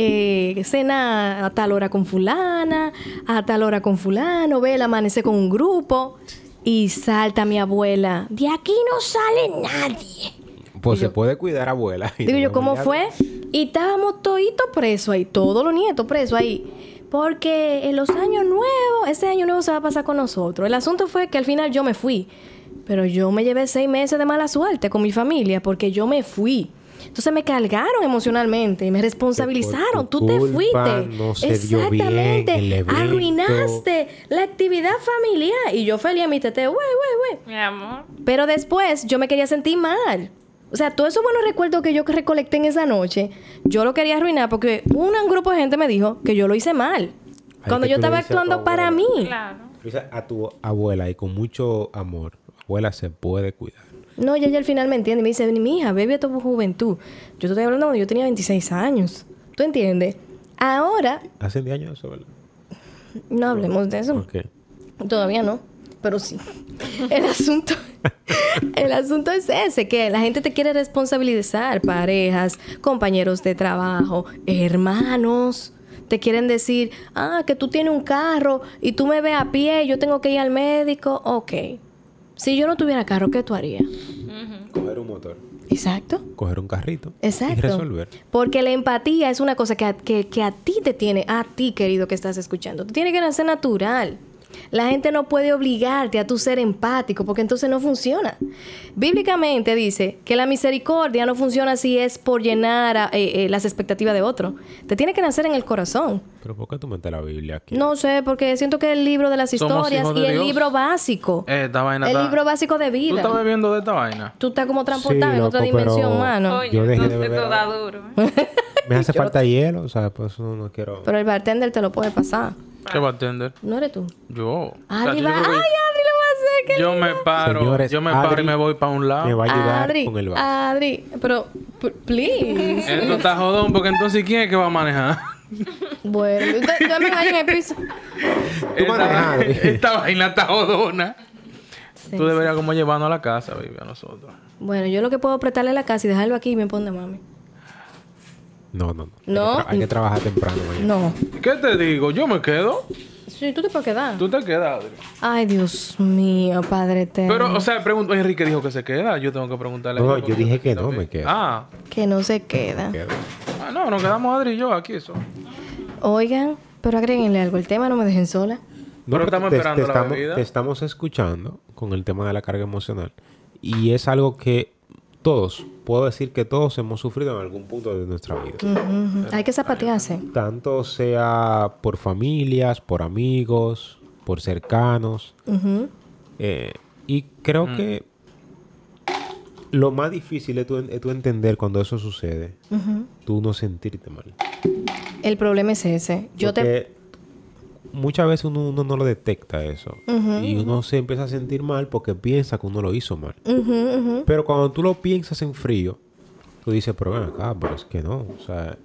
[SPEAKER 3] Eh, cena a tal hora con fulana, a tal hora con fulano, ve el amanecer con un grupo, y salta mi abuela, de aquí no sale nadie.
[SPEAKER 4] Pues se puede cuidar abuela. Y
[SPEAKER 3] Digo
[SPEAKER 4] no
[SPEAKER 3] yo, ¿cómo
[SPEAKER 4] abuela.
[SPEAKER 3] fue? Y estábamos toditos presos ahí, todos los nietos presos ahí. Porque en los años nuevos, ese año nuevo se va a pasar con nosotros. El asunto fue que al final yo me fui. Pero yo me llevé seis meses de mala suerte con mi familia porque yo me fui. Entonces me cargaron emocionalmente y me responsabilizaron.
[SPEAKER 4] tu
[SPEAKER 3] Tú te
[SPEAKER 4] culpa
[SPEAKER 3] fuiste.
[SPEAKER 4] no se dio bien el evento.
[SPEAKER 3] Arruinaste la actividad familiar. Y yo feliz a mi tete, güey, güey, güey.
[SPEAKER 5] Mi amor,
[SPEAKER 3] Pero después yo me quería sentir mal. O sea, todos esos buenos recuerdos que yo que recolecté en esa noche, yo lo quería arruinar porque un gran grupo de gente me dijo que yo lo hice mal.
[SPEAKER 4] Ay,
[SPEAKER 3] cuando
[SPEAKER 4] que
[SPEAKER 3] yo
[SPEAKER 4] tú le
[SPEAKER 3] estaba
[SPEAKER 4] dices a tu
[SPEAKER 3] actuando para mí.
[SPEAKER 4] abuela.
[SPEAKER 5] claro.
[SPEAKER 4] Luisa, a tu abuela y con mucho amor. Abuela se puede cuidar.
[SPEAKER 3] No, ya ella al final me entiende. y Me dice, mi hija, bebe tu juventud. Yo te estoy hablando cuando yo tenía 26 años. ¿Tú entiendes? Ahora,
[SPEAKER 4] Hace 10 años eso, ¿verdad?
[SPEAKER 3] no hablemos de eso.
[SPEAKER 4] Ok.
[SPEAKER 3] Todavía no, pero sí. El asunto, el asunto es ese, que la gente te quiere responsabilizar, parejas, compañeros de trabajo, hermanos. Te quieren decir, ah, que tú tienes un carro y tú me ves a pie y yo tengo que ir al médico. Ok. Si yo no tuviera carro, ¿qué tú harías?
[SPEAKER 4] Coger un motor,
[SPEAKER 3] Exacto.
[SPEAKER 4] coger un carrito
[SPEAKER 3] Exacto.
[SPEAKER 4] y resolver.
[SPEAKER 3] Porque la empatía es una cosa que a, que- que a ti te tiene, a ti querido que estás escuchando, te tiene que nacer natural. La gente no puede obligarte a tu ser empático porque entonces no funciona. Bíblicamente dice que la misericordia no funciona si es por llenar a- eh, eh, las expectativas de otro. Te tiene que nacer en el corazón.
[SPEAKER 4] Pero ¿por qué tú metes la Biblia aquí?
[SPEAKER 3] No sé, porque siento que el libro de las
[SPEAKER 2] Somos
[SPEAKER 3] historias
[SPEAKER 2] hijos de
[SPEAKER 3] y el
[SPEAKER 2] Dios.
[SPEAKER 3] libro básico,
[SPEAKER 2] Eh, esta vaina
[SPEAKER 3] el
[SPEAKER 2] está-
[SPEAKER 3] libro básico de
[SPEAKER 2] ¿Tú
[SPEAKER 3] vida.
[SPEAKER 2] estás bebiendo de esta vaina?
[SPEAKER 3] Tú estás como transportado en
[SPEAKER 4] loco,
[SPEAKER 3] otra
[SPEAKER 4] pero-
[SPEAKER 3] dimensión, mano.
[SPEAKER 5] Oye,
[SPEAKER 4] yo dejé de
[SPEAKER 5] entonces
[SPEAKER 4] beber
[SPEAKER 5] todo da
[SPEAKER 4] agua.
[SPEAKER 5] duro. ¿eh?
[SPEAKER 4] Me hace falta hielo, o sea, pues no, no quiero.
[SPEAKER 3] Pero el bartender te lo puede pasar.
[SPEAKER 2] ¿Qué va a atender?
[SPEAKER 3] No eres tú.
[SPEAKER 2] Yo. O sea,
[SPEAKER 3] Adri
[SPEAKER 2] yo
[SPEAKER 3] va-
[SPEAKER 2] creo que-
[SPEAKER 3] ¡Ay, Adri lo va a hacer! qué
[SPEAKER 2] Yo me paro,
[SPEAKER 4] Señores,
[SPEAKER 2] yo me paro
[SPEAKER 4] Adri-
[SPEAKER 2] y me voy para un
[SPEAKER 4] Me
[SPEAKER 2] lado.
[SPEAKER 4] va a ayudar
[SPEAKER 3] Adri, ah,
[SPEAKER 4] con el vaso.
[SPEAKER 3] Adri, pero, p- please.
[SPEAKER 2] Esto está jodón, porque entonces ¿quién es que va a manejar?
[SPEAKER 3] bueno, usted- duermen ahí en el piso.
[SPEAKER 2] Esta,
[SPEAKER 4] manejas, Adri.
[SPEAKER 2] esta vaina está jodona.
[SPEAKER 3] Sí,
[SPEAKER 2] Tú deberías como llevarnos a la casa, baby, a nosotros.
[SPEAKER 3] sí. Bueno, yo lo que puedo apretarle la casa y dejarlo aquí y me pone mami.
[SPEAKER 4] No, no, no.
[SPEAKER 3] No.
[SPEAKER 4] Hay que, tra- hay que trabajar temprano mañana.
[SPEAKER 3] No.
[SPEAKER 2] ¿Qué te digo? Yo me quedo.
[SPEAKER 3] Sí, tú te puedes quedar.
[SPEAKER 2] Tú te quedas, Adri.
[SPEAKER 3] Ay, Dios mío, padre eterno.
[SPEAKER 2] Pero, o sea, pregunto, Enrique dijo que se queda. Yo tengo que preguntarle. a
[SPEAKER 4] No,
[SPEAKER 2] Enrique
[SPEAKER 4] yo dije
[SPEAKER 2] porque-
[SPEAKER 4] que no, me quedo.
[SPEAKER 2] Ah,
[SPEAKER 3] que no se queda.
[SPEAKER 4] Quedo.
[SPEAKER 2] ah, no, nos quedamos Adri y yo aquí, eso.
[SPEAKER 3] Oigan, pero agréguenle algo. El tema no me dejen sola.
[SPEAKER 4] No,
[SPEAKER 2] Pero
[SPEAKER 4] pero
[SPEAKER 2] estamos
[SPEAKER 4] te, te
[SPEAKER 2] esperando la
[SPEAKER 4] estamos,
[SPEAKER 2] bebida.
[SPEAKER 4] te estamos escuchando con el tema de la carga emocional. Y es algo que todos, puedo decir que todos hemos sufrido en algún punto de nuestra vida.
[SPEAKER 3] Ujú. Hay que zapatearse.
[SPEAKER 4] Tanto sea por familias, por amigos, por cercanos.
[SPEAKER 3] Ujú.
[SPEAKER 4] Eh, y creo que lo más difícil es tú, es tú entender cuando eso sucede, tú no sentirte mal.
[SPEAKER 3] El problema es ese. Yo te...
[SPEAKER 4] Porque Muchas veces uno, uno no lo detecta eso. y uno se empieza a sentir mal porque piensa que uno lo hizo mal.
[SPEAKER 3] Ujú, ujú.
[SPEAKER 4] Pero cuando tú lo piensas en frío, tú dices, pero ven acá, pero es que no. O sea,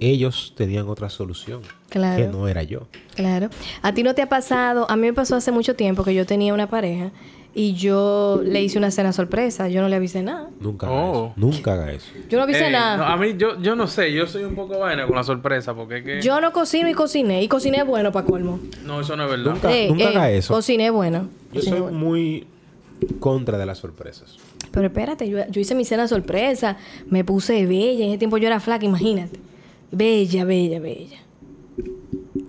[SPEAKER 4] ellos tenían otra solución.
[SPEAKER 3] Claro.
[SPEAKER 4] Que no era yo.
[SPEAKER 3] Claro. A ti no te ha pasado, a mí me pasó hace mucho tiempo que yo tenía una pareja y yo le hice una cena sorpresa, yo no le avisé nada.
[SPEAKER 4] Nunca
[SPEAKER 2] Oh.
[SPEAKER 4] haga eso. Nunca haga eso.
[SPEAKER 3] Yo no avisé
[SPEAKER 2] Eh,
[SPEAKER 3] nada.
[SPEAKER 4] ah,
[SPEAKER 2] no, a mí, yo, yo no sé, yo soy un poco vaina con la sorpresa, porque es que.
[SPEAKER 4] eh.
[SPEAKER 3] Yo no cocino y cociné, y cociné bueno para colmo.
[SPEAKER 2] No, eso no es verdad.
[SPEAKER 4] Nunca- haga eso.
[SPEAKER 3] Cociné bueno.
[SPEAKER 4] Yo
[SPEAKER 3] cociné
[SPEAKER 4] soy
[SPEAKER 3] bueno.
[SPEAKER 4] muy contra de las sorpresas.
[SPEAKER 3] Pero espérate, yo, yo hice mi cena sorpresa, me puse bella, en ese tiempo yo era flaca, imagínate. Bella, bella, bella.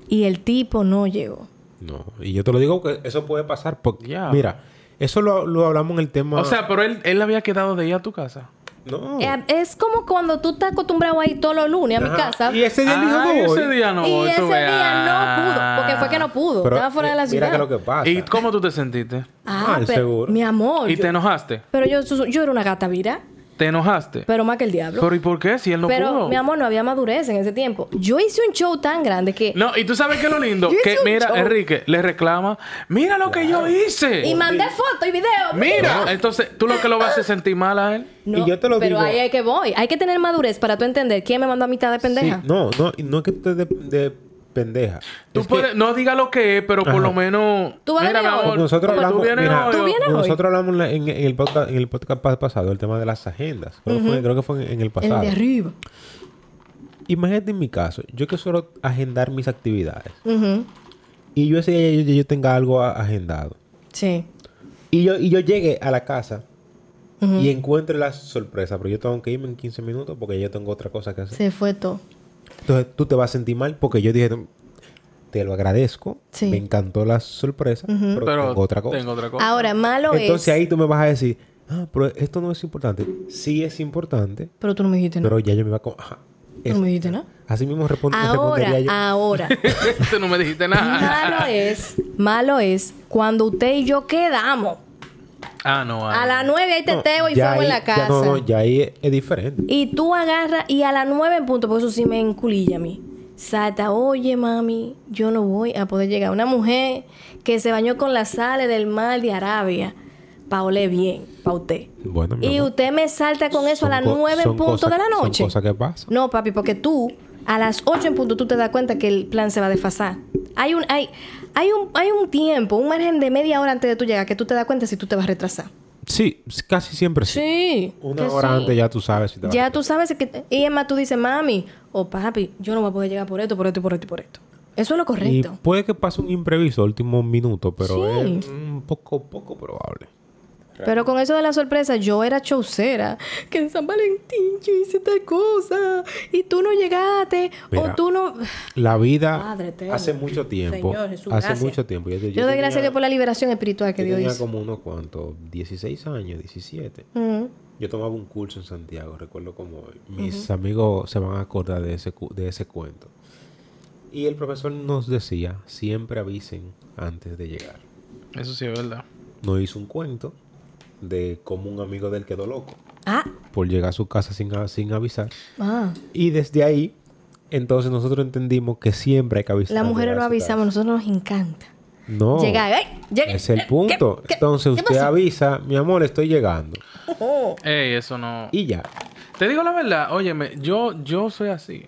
[SPEAKER 3] Y el tipo no llegó.
[SPEAKER 4] No. Y yo te lo digo que eso puede pasar porque...
[SPEAKER 2] Ya.
[SPEAKER 4] Mira, eso lo, lo hablamos en el tema...
[SPEAKER 2] O sea, pero él, él había quedado de ir a tu casa.
[SPEAKER 4] No.
[SPEAKER 3] Eh, Es como cuando tú estás acostumbrado a ir todos los lunes a mi
[SPEAKER 4] Oh. Ajá.
[SPEAKER 3] casa.
[SPEAKER 4] Y ese día
[SPEAKER 2] Ah,
[SPEAKER 4] dijo, no voy.
[SPEAKER 2] ese día no
[SPEAKER 3] y
[SPEAKER 2] voy,
[SPEAKER 3] ese
[SPEAKER 2] tú ves.
[SPEAKER 3] día no pudo, porque fue que no pudo.
[SPEAKER 4] Pero,
[SPEAKER 3] estaba fuera de la
[SPEAKER 4] eh,
[SPEAKER 3] ciudad.
[SPEAKER 4] Mira que lo que pasa.
[SPEAKER 2] ¿Y cómo tú te sentiste?
[SPEAKER 3] Ah,
[SPEAKER 4] Mal,
[SPEAKER 3] pero,
[SPEAKER 4] seguro.
[SPEAKER 3] mi amor.
[SPEAKER 2] ¿Y
[SPEAKER 3] yo-
[SPEAKER 2] te enojaste?
[SPEAKER 3] Pero yo, yo era una gata vira,
[SPEAKER 2] ¿Te enojaste?
[SPEAKER 3] pero más que el diablo.
[SPEAKER 2] ¿Pero y por qué? Si él no
[SPEAKER 3] pero,
[SPEAKER 2] pudo.
[SPEAKER 3] mi amor, no había madurez en ese tiempo. Yo hice un show tan grande que...
[SPEAKER 2] No, y tú sabes qué es lo lindo.
[SPEAKER 3] Yo hice
[SPEAKER 2] que
[SPEAKER 3] un
[SPEAKER 2] mira,
[SPEAKER 3] show.
[SPEAKER 2] Enrique le reclama: Mira lo que yo hice.
[SPEAKER 3] y mandé fotos y videos.
[SPEAKER 2] Mira. Entonces, tú lo que lo vas a hacer sentir mal a él.
[SPEAKER 4] Y yo te lo
[SPEAKER 3] pero
[SPEAKER 4] digo-
[SPEAKER 3] ahí hay que voy. Hay que tener madurez para tú entender quién me mandó a mitad de
[SPEAKER 4] Sí,
[SPEAKER 3] pendeja.
[SPEAKER 4] no, no, y no es que estés de, de pendeja.
[SPEAKER 2] Tú
[SPEAKER 4] Es que
[SPEAKER 2] puedes, no diga lo que es, pero por
[SPEAKER 4] Ajá.
[SPEAKER 2] lo menos.
[SPEAKER 3] Tú vas a
[SPEAKER 2] mira,
[SPEAKER 3] venir
[SPEAKER 2] mi
[SPEAKER 3] hoy.
[SPEAKER 2] amor,
[SPEAKER 4] Nosotros
[SPEAKER 2] tú
[SPEAKER 4] hablamos,
[SPEAKER 2] vienes
[SPEAKER 4] mira,
[SPEAKER 2] hoy,
[SPEAKER 3] Tú
[SPEAKER 2] o-
[SPEAKER 3] vienes hoy.
[SPEAKER 4] nosotros hablamos en, la- en- en el podcast, en el podcast pa- pasado el tema de las agendas. Creo, que fue, creo que fue en el
[SPEAKER 3] el
[SPEAKER 4] pasado.
[SPEAKER 3] de arriba.
[SPEAKER 4] Imagínate en mi caso, yo que suelo agendar mis actividades.
[SPEAKER 3] Ujú.
[SPEAKER 4] Y yo ese día yo, yo- yo tenga algo a- agendado.
[SPEAKER 3] Sí.
[SPEAKER 4] Y yo, y yo llegue a la casa y encuentre la sorpresa. Pero yo tengo que irme en 15 minutos porque yo tengo otra cosa que hacer.
[SPEAKER 3] Se fue todo.
[SPEAKER 4] Entonces tú te vas a sentir mal porque yo dije, te lo agradezco.
[SPEAKER 3] Sí.
[SPEAKER 4] Me encantó la sorpresa. pero,
[SPEAKER 2] Pero
[SPEAKER 4] tengo otra cosa.
[SPEAKER 2] Tengo otra cosa.
[SPEAKER 3] Ahora, malo
[SPEAKER 4] Entonces
[SPEAKER 3] es...
[SPEAKER 4] ahí tú me vas a decir, ah, pero esto no es importante. Sí es importante,
[SPEAKER 3] Pero tú no me dijiste nada.
[SPEAKER 4] pero ya yo me iba con... Ajá,
[SPEAKER 3] Tú
[SPEAKER 4] es-
[SPEAKER 3] no me dijiste nada.
[SPEAKER 4] Así mismo respon-
[SPEAKER 3] Ahora,
[SPEAKER 4] respondería yo.
[SPEAKER 3] ahora.
[SPEAKER 2] Tú Este, no me dijiste nada.
[SPEAKER 3] malo es, malo es cuando usted y yo quedamos.
[SPEAKER 2] Ah, no. ah,
[SPEAKER 3] A las 9 hay
[SPEAKER 4] No,
[SPEAKER 3] teteo y
[SPEAKER 4] ya
[SPEAKER 3] fuego en
[SPEAKER 4] ahí-
[SPEAKER 3] la casa.
[SPEAKER 4] Ya, no, no, ya ahí es, es diferente.
[SPEAKER 3] Y tú agarras y a las 9 en punto, porque eso sí me enculilla a mí. Sata, oye mami, yo no voy a poder llegar. Una mujer que se bañó con las sales del mar de Arabia. Pa' oler bien, pa' usted.
[SPEAKER 4] Bueno, mi
[SPEAKER 3] Y
[SPEAKER 4] amor,
[SPEAKER 3] usted me salta con eso
[SPEAKER 4] son
[SPEAKER 3] a las
[SPEAKER 4] co-
[SPEAKER 3] 9 en
[SPEAKER 4] son
[SPEAKER 3] punto
[SPEAKER 4] cosas-
[SPEAKER 3] de la noche.
[SPEAKER 4] Son cosas que pasan.
[SPEAKER 3] No, papi, porque tú a las 8 en punto tú te das cuenta que el plan se va a desfasar. Hay un, hay, hay un, hay un tiempo, un margen de media hora antes de tú llegar que tú te das cuenta si tú te vas a retrasar.
[SPEAKER 4] Sí, casi siempre sí.
[SPEAKER 3] Sí.
[SPEAKER 4] Una hora antes ya tú sabes si te vas a-
[SPEAKER 3] Ya tú sabes que. Y es más, tú dices, mami o papi, yo no voy a poder llegar por esto, por esto, por esto y por esto. Eso es lo
[SPEAKER 4] Y
[SPEAKER 3] correcto.
[SPEAKER 4] puede que pase un imprevisto a último minuto, pero
[SPEAKER 3] Sí.
[SPEAKER 4] es un poco, poco probable.
[SPEAKER 3] Pero con eso de la sorpresa, yo era chaucera. Que en San Valentín yo hice tal cosa y tú no llegaste o
[SPEAKER 4] Mira.
[SPEAKER 3] tú no.
[SPEAKER 4] La vida
[SPEAKER 3] Padre eterno.
[SPEAKER 4] hace mucho tiempo.
[SPEAKER 3] Señor Jesús,
[SPEAKER 4] hace
[SPEAKER 3] gracias.
[SPEAKER 4] mucho tiempo. Yo, yo
[SPEAKER 3] Yo doy
[SPEAKER 4] tenía-
[SPEAKER 3] gracias a Dios por la liberación espiritual que
[SPEAKER 4] Yo
[SPEAKER 3] Dios
[SPEAKER 4] tenía
[SPEAKER 3] hizo. Mm.
[SPEAKER 4] como unos cuantos, 16 años, 17.
[SPEAKER 3] Ujú.
[SPEAKER 4] Yo tomaba un curso en Santiago, recuerdo como hoy. Mis amigos se van a acordar de ese, cu- de ese cuento. Y el profesor nos decía, siempre avisen antes de llegar.
[SPEAKER 2] Eso sí es verdad.
[SPEAKER 4] Nos hizo un cuento de cómo un amigo del quedó loco
[SPEAKER 3] Ah,
[SPEAKER 4] por llegar a su casa sin, a- sin avisar.
[SPEAKER 3] ah.
[SPEAKER 4] Y desde ahí, entonces nosotros entendimos que siempre hay que avisar.
[SPEAKER 3] Las
[SPEAKER 4] al
[SPEAKER 3] mujeres
[SPEAKER 4] llegar
[SPEAKER 3] no
[SPEAKER 4] a su casa.
[SPEAKER 3] avisamos, nosotros nos encanta.
[SPEAKER 4] No.
[SPEAKER 3] Llegar. ¡Ay! Llegué.
[SPEAKER 4] Es el punto.
[SPEAKER 3] eh, ¿Qué- qué-
[SPEAKER 4] Entonces
[SPEAKER 3] qué
[SPEAKER 4] usted
[SPEAKER 3] pasó?
[SPEAKER 4] avisa, mi amor, estoy llegando.
[SPEAKER 3] Oh,
[SPEAKER 2] Ey, eso no.
[SPEAKER 4] Y ya.
[SPEAKER 2] Te digo la verdad, óyeme, yo, yo soy así.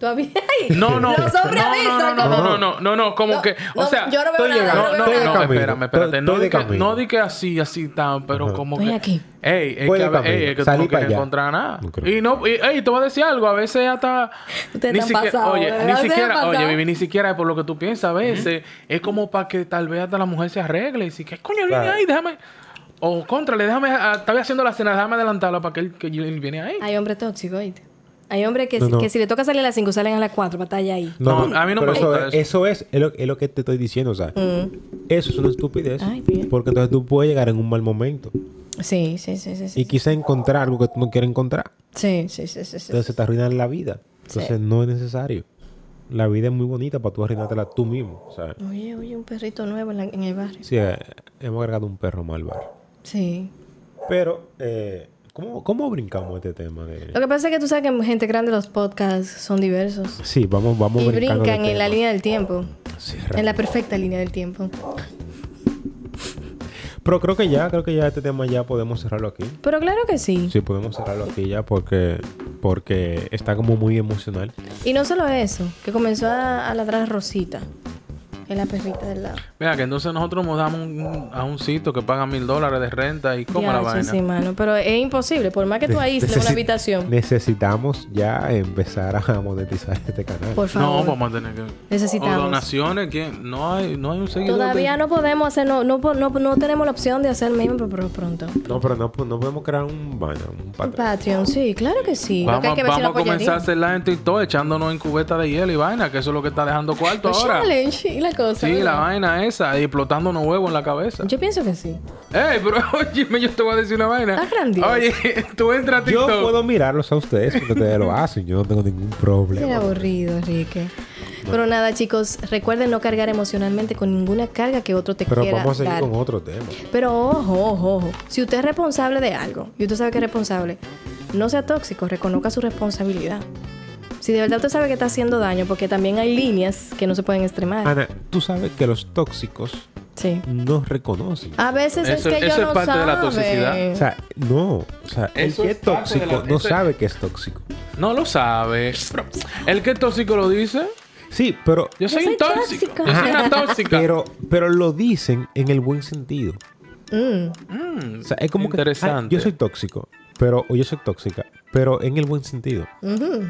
[SPEAKER 3] todavía hay.
[SPEAKER 2] No, no.
[SPEAKER 3] Los hombres
[SPEAKER 2] no,
[SPEAKER 3] avisan,
[SPEAKER 2] no, no, no,
[SPEAKER 3] como-
[SPEAKER 2] no, no, no, no, como
[SPEAKER 3] No,
[SPEAKER 2] que, o
[SPEAKER 3] no,
[SPEAKER 2] sea,
[SPEAKER 3] yo no veo
[SPEAKER 4] estoy
[SPEAKER 3] nada,
[SPEAKER 4] llegando,
[SPEAKER 3] yo no veo
[SPEAKER 4] estoy
[SPEAKER 3] nada.
[SPEAKER 4] de camino.
[SPEAKER 2] espérame, espérate, no
[SPEAKER 4] Estoy de
[SPEAKER 2] di, que,
[SPEAKER 4] camino.
[SPEAKER 2] no di que así, así tan, pero
[SPEAKER 4] Ajá.
[SPEAKER 2] como
[SPEAKER 3] Estoy
[SPEAKER 2] que
[SPEAKER 3] aquí.
[SPEAKER 2] Ey, es
[SPEAKER 4] Voy
[SPEAKER 2] que,
[SPEAKER 4] de
[SPEAKER 2] a ve-
[SPEAKER 4] camino.
[SPEAKER 2] ey, es que tú no
[SPEAKER 4] Salí para
[SPEAKER 2] quieres
[SPEAKER 4] allá.
[SPEAKER 2] encontrar nada.
[SPEAKER 4] No creo.
[SPEAKER 2] Y no, y, ey, te voy a decir algo, a veces hasta
[SPEAKER 3] Ustedes
[SPEAKER 2] ni
[SPEAKER 3] están
[SPEAKER 2] siquiera,
[SPEAKER 3] pasados,
[SPEAKER 2] oye,
[SPEAKER 3] ¿verdad?
[SPEAKER 2] ni
[SPEAKER 3] Ustedes
[SPEAKER 2] siquiera,
[SPEAKER 3] están
[SPEAKER 2] oye,
[SPEAKER 3] pasados.
[SPEAKER 2] Vivi, ni siquiera es por lo que tú piensas, a veces es como para que tal vez hasta la mujer se arregle y si que coño, él viene
[SPEAKER 4] Claro.
[SPEAKER 2] ahí, déjame o contrale, déjame, ah, estaba haciendo la cena, déjame adelantarla para que él, que él viene ahí.
[SPEAKER 3] Hay hombres tóxicos, ¿oíste? Hay hombres que,
[SPEAKER 4] No,
[SPEAKER 3] si-
[SPEAKER 4] no.
[SPEAKER 3] que si le toca salir a las 5, salen a las 4, batalla ahí.
[SPEAKER 2] No, a mí no
[SPEAKER 4] pero
[SPEAKER 2] me
[SPEAKER 4] eso
[SPEAKER 2] gusta
[SPEAKER 4] es- Eso es, es, lo, es lo que te estoy diciendo, o sea, eso es una estupidez.
[SPEAKER 3] Mm. Ay, bien.
[SPEAKER 4] porque entonces tú puedes llegar en un mal momento
[SPEAKER 3] Sí, sí, sí, sí.
[SPEAKER 4] y
[SPEAKER 3] Sí,
[SPEAKER 4] quizá encontrar algo que tú no quieres encontrar.
[SPEAKER 3] sí, sí, sí, sí, sí.
[SPEAKER 4] Entonces te arruinan la vida. Entonces no es necesario. La vida es muy bonita para tú arruinártela tú mismo. O sea,
[SPEAKER 3] Oye, oye, un perrito nuevo en, la- en el barrio.
[SPEAKER 4] sí, eh, hemos agregado un perro mal bar.
[SPEAKER 3] Sí.
[SPEAKER 4] Pero, eh, ¿cómo, ¿cómo brincamos este tema? De...
[SPEAKER 3] Lo que pasa es que tú sabes que gente grande los podcasts son diversos.
[SPEAKER 4] Sí, vamos, vamos
[SPEAKER 3] Y
[SPEAKER 4] brincando de
[SPEAKER 3] brincan en la
[SPEAKER 4] tema.
[SPEAKER 3] línea del tiempo.
[SPEAKER 4] Sí,
[SPEAKER 3] En la perfecta línea del tiempo.
[SPEAKER 4] Pero creo que ya, creo que ya este tema ya podemos cerrarlo aquí.
[SPEAKER 3] Pero claro que sí.
[SPEAKER 4] Sí, podemos cerrarlo aquí ya porque, porque está como muy emocional.
[SPEAKER 3] Y no solo eso, que comenzó a, a ladrar Rosita. En la perrita del lado.
[SPEAKER 2] Mira, que entonces nosotros nos damos un- un- a un sitio que paga mil dólares de renta y cómo la
[SPEAKER 3] Diache,
[SPEAKER 2] vaina.
[SPEAKER 3] sí, mano. Pero es imposible. Por más que tú aísles
[SPEAKER 4] Necesi-
[SPEAKER 3] una habitación.
[SPEAKER 4] Necesitamos ya empezar a monetizar este canal.
[SPEAKER 3] Por
[SPEAKER 2] No,
[SPEAKER 3] favor.
[SPEAKER 2] vamos a tener que.
[SPEAKER 3] Necesitamos.
[SPEAKER 2] O donaciones, ¿quién? No hay, no hay un seguidor.
[SPEAKER 3] Todavía
[SPEAKER 2] de-
[SPEAKER 3] no podemos hacer, no, no, po- no, no tenemos la opción de hacer meme pero pronto.
[SPEAKER 4] No, pero no, no podemos crear un banner, un
[SPEAKER 3] Un
[SPEAKER 4] Patreon.
[SPEAKER 3] Patreon, sí, claro que sí. Lo
[SPEAKER 2] Vamos,
[SPEAKER 3] que hay que ver si
[SPEAKER 2] vamos
[SPEAKER 3] lo
[SPEAKER 2] a comenzar a
[SPEAKER 3] apoyarían.
[SPEAKER 2] hacer la en TikTok echándonos en cubeta de hielo y vaina, que eso es lo que está dejando cuarto
[SPEAKER 3] Los
[SPEAKER 2] ahora.
[SPEAKER 3] challenge y la cosa.
[SPEAKER 2] Sí, la
[SPEAKER 3] ¿verdad?
[SPEAKER 2] vaina esa, y explotándonos huevos en la cabeza.
[SPEAKER 3] Yo pienso que sí.
[SPEAKER 2] Ey, pero oye, yo te voy a decir una vaina.
[SPEAKER 3] Estás grandioso.
[SPEAKER 2] Oye, tú entras a
[SPEAKER 4] Yo
[SPEAKER 2] TikTok.
[SPEAKER 4] puedo mirarlos a ustedes porque ustedes lo hacen. Yo no tengo ningún problema.
[SPEAKER 3] Era aburrido, Enrique. Pero nada, chicos, recuerden no cargar emocionalmente con ninguna carga que otro te
[SPEAKER 4] Pero
[SPEAKER 3] quiera
[SPEAKER 4] vamos a seguir
[SPEAKER 3] dar.
[SPEAKER 4] con otro tema.
[SPEAKER 3] Pero ojo, ojo, ojo. Si usted es responsable de algo y usted sabe que es responsable, no sea tóxico, reconozca su responsabilidad. Si de verdad usted sabe que está haciendo daño, porque también hay líneas que no se pueden extremar.
[SPEAKER 4] Ana, tú sabes que los tóxicos
[SPEAKER 3] Sí.
[SPEAKER 4] Ah, no reconocen.
[SPEAKER 3] A veces
[SPEAKER 2] Eso-
[SPEAKER 3] es que
[SPEAKER 2] eso
[SPEAKER 3] yo
[SPEAKER 2] es
[SPEAKER 3] no
[SPEAKER 2] parte de la
[SPEAKER 3] sabe.
[SPEAKER 2] toxicidad.
[SPEAKER 4] O sea, no. O sea, el
[SPEAKER 2] Eso
[SPEAKER 4] que
[SPEAKER 2] es
[SPEAKER 4] es
[SPEAKER 2] parte de
[SPEAKER 4] tóxico
[SPEAKER 2] la-
[SPEAKER 4] no
[SPEAKER 2] eso es-
[SPEAKER 4] sabe que es tóxico.
[SPEAKER 2] No lo sabe. El que es tóxico lo dice.
[SPEAKER 4] Sí, pero
[SPEAKER 2] Yo soy,
[SPEAKER 3] soy
[SPEAKER 2] un tóxico.
[SPEAKER 3] tóxica.
[SPEAKER 2] Yo soy una tóxica.
[SPEAKER 4] Pero, pero lo dicen en el buen sentido.
[SPEAKER 3] Mm.
[SPEAKER 2] Mm,
[SPEAKER 4] O sea, es como que.
[SPEAKER 2] interesante.
[SPEAKER 4] "Ay, yo soy tóxico, pero. O yo soy tóxica, pero en el buen sentido.
[SPEAKER 3] Ujú.